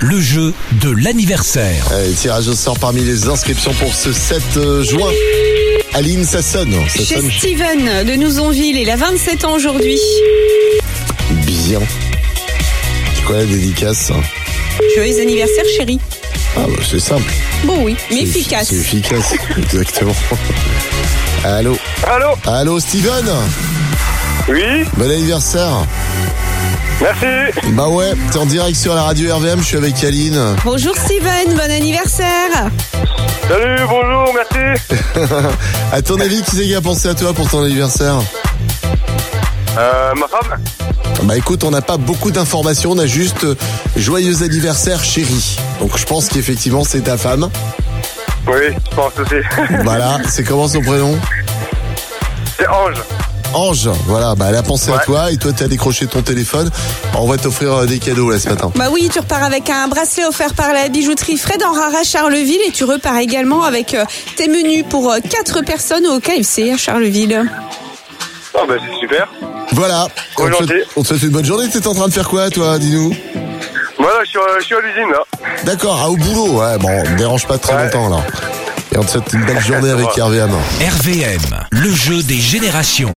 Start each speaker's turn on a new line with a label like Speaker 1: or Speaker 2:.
Speaker 1: le jeu de l'anniversaire.
Speaker 2: Allez, Euh, tirage au sort parmi les inscriptions pour ce 7 euh, juin. Aline, ça sonne. Ça
Speaker 3: Chez
Speaker 2: sonne
Speaker 3: Steven de Nouzonville, il a 27 ans aujourd'hui.
Speaker 2: bien. C'est quoi la dédicace hein
Speaker 3: Joyeux anniversaire chérie.
Speaker 2: Ah, bah, c'est simple.
Speaker 3: Bon oui, mais
Speaker 2: C'est-
Speaker 3: efficace.
Speaker 2: C'est efficace, exactement. Allô
Speaker 4: Allô
Speaker 2: Allô, Steven
Speaker 4: Oui
Speaker 2: Bon anniversaire
Speaker 4: Merci
Speaker 2: Bah ouais, t'es en direct sur la radio RVM, je suis avec Aline.
Speaker 3: Bonjour Steven, bon anniversaire.
Speaker 4: Salut, bonjour, merci
Speaker 2: À ton avis, qui c'est qui a pensé à toi pour ton anniversaire
Speaker 4: Euh, ma femme
Speaker 2: Bah écoute, on n'a pas beaucoup d'informations, on a juste euh, joyeux anniversaire chérie. Donc je pense qu'effectivement c'est ta femme.
Speaker 4: Oui, je pense aussi.
Speaker 2: Voilà, c'est comment son prénom
Speaker 4: C'est Ange.
Speaker 2: Ange, voilà, bah elle a pensé à
Speaker 4: Ouais.
Speaker 2: toi et toi t'as décroché ton téléphone. On va t'offrir euh, des cadeaux là ce matin.
Speaker 3: Bah oui, tu repars avec un bracelet offert par la bijouterie Fred en Rara Charleville et tu repars également avec euh, tes menus pour 4 personnes au KFC à Charleville.
Speaker 4: Ah bah c'est super.
Speaker 2: Voilà, on te,
Speaker 4: Aujourd'hui.
Speaker 2: souhaite, on te souhaite une bonne journée, t'es en train de faire quoi toi, dis-nous
Speaker 4: Voilà, je suis, euh, je suis à l'usine là.
Speaker 2: D'accord, ah, au boulot, ouais, bon, on ne dérange pas très
Speaker 4: Ouais.
Speaker 2: longtemps là. Et on te souhaite une belle journée avec RVM.
Speaker 1: RVM, le jeu des générations.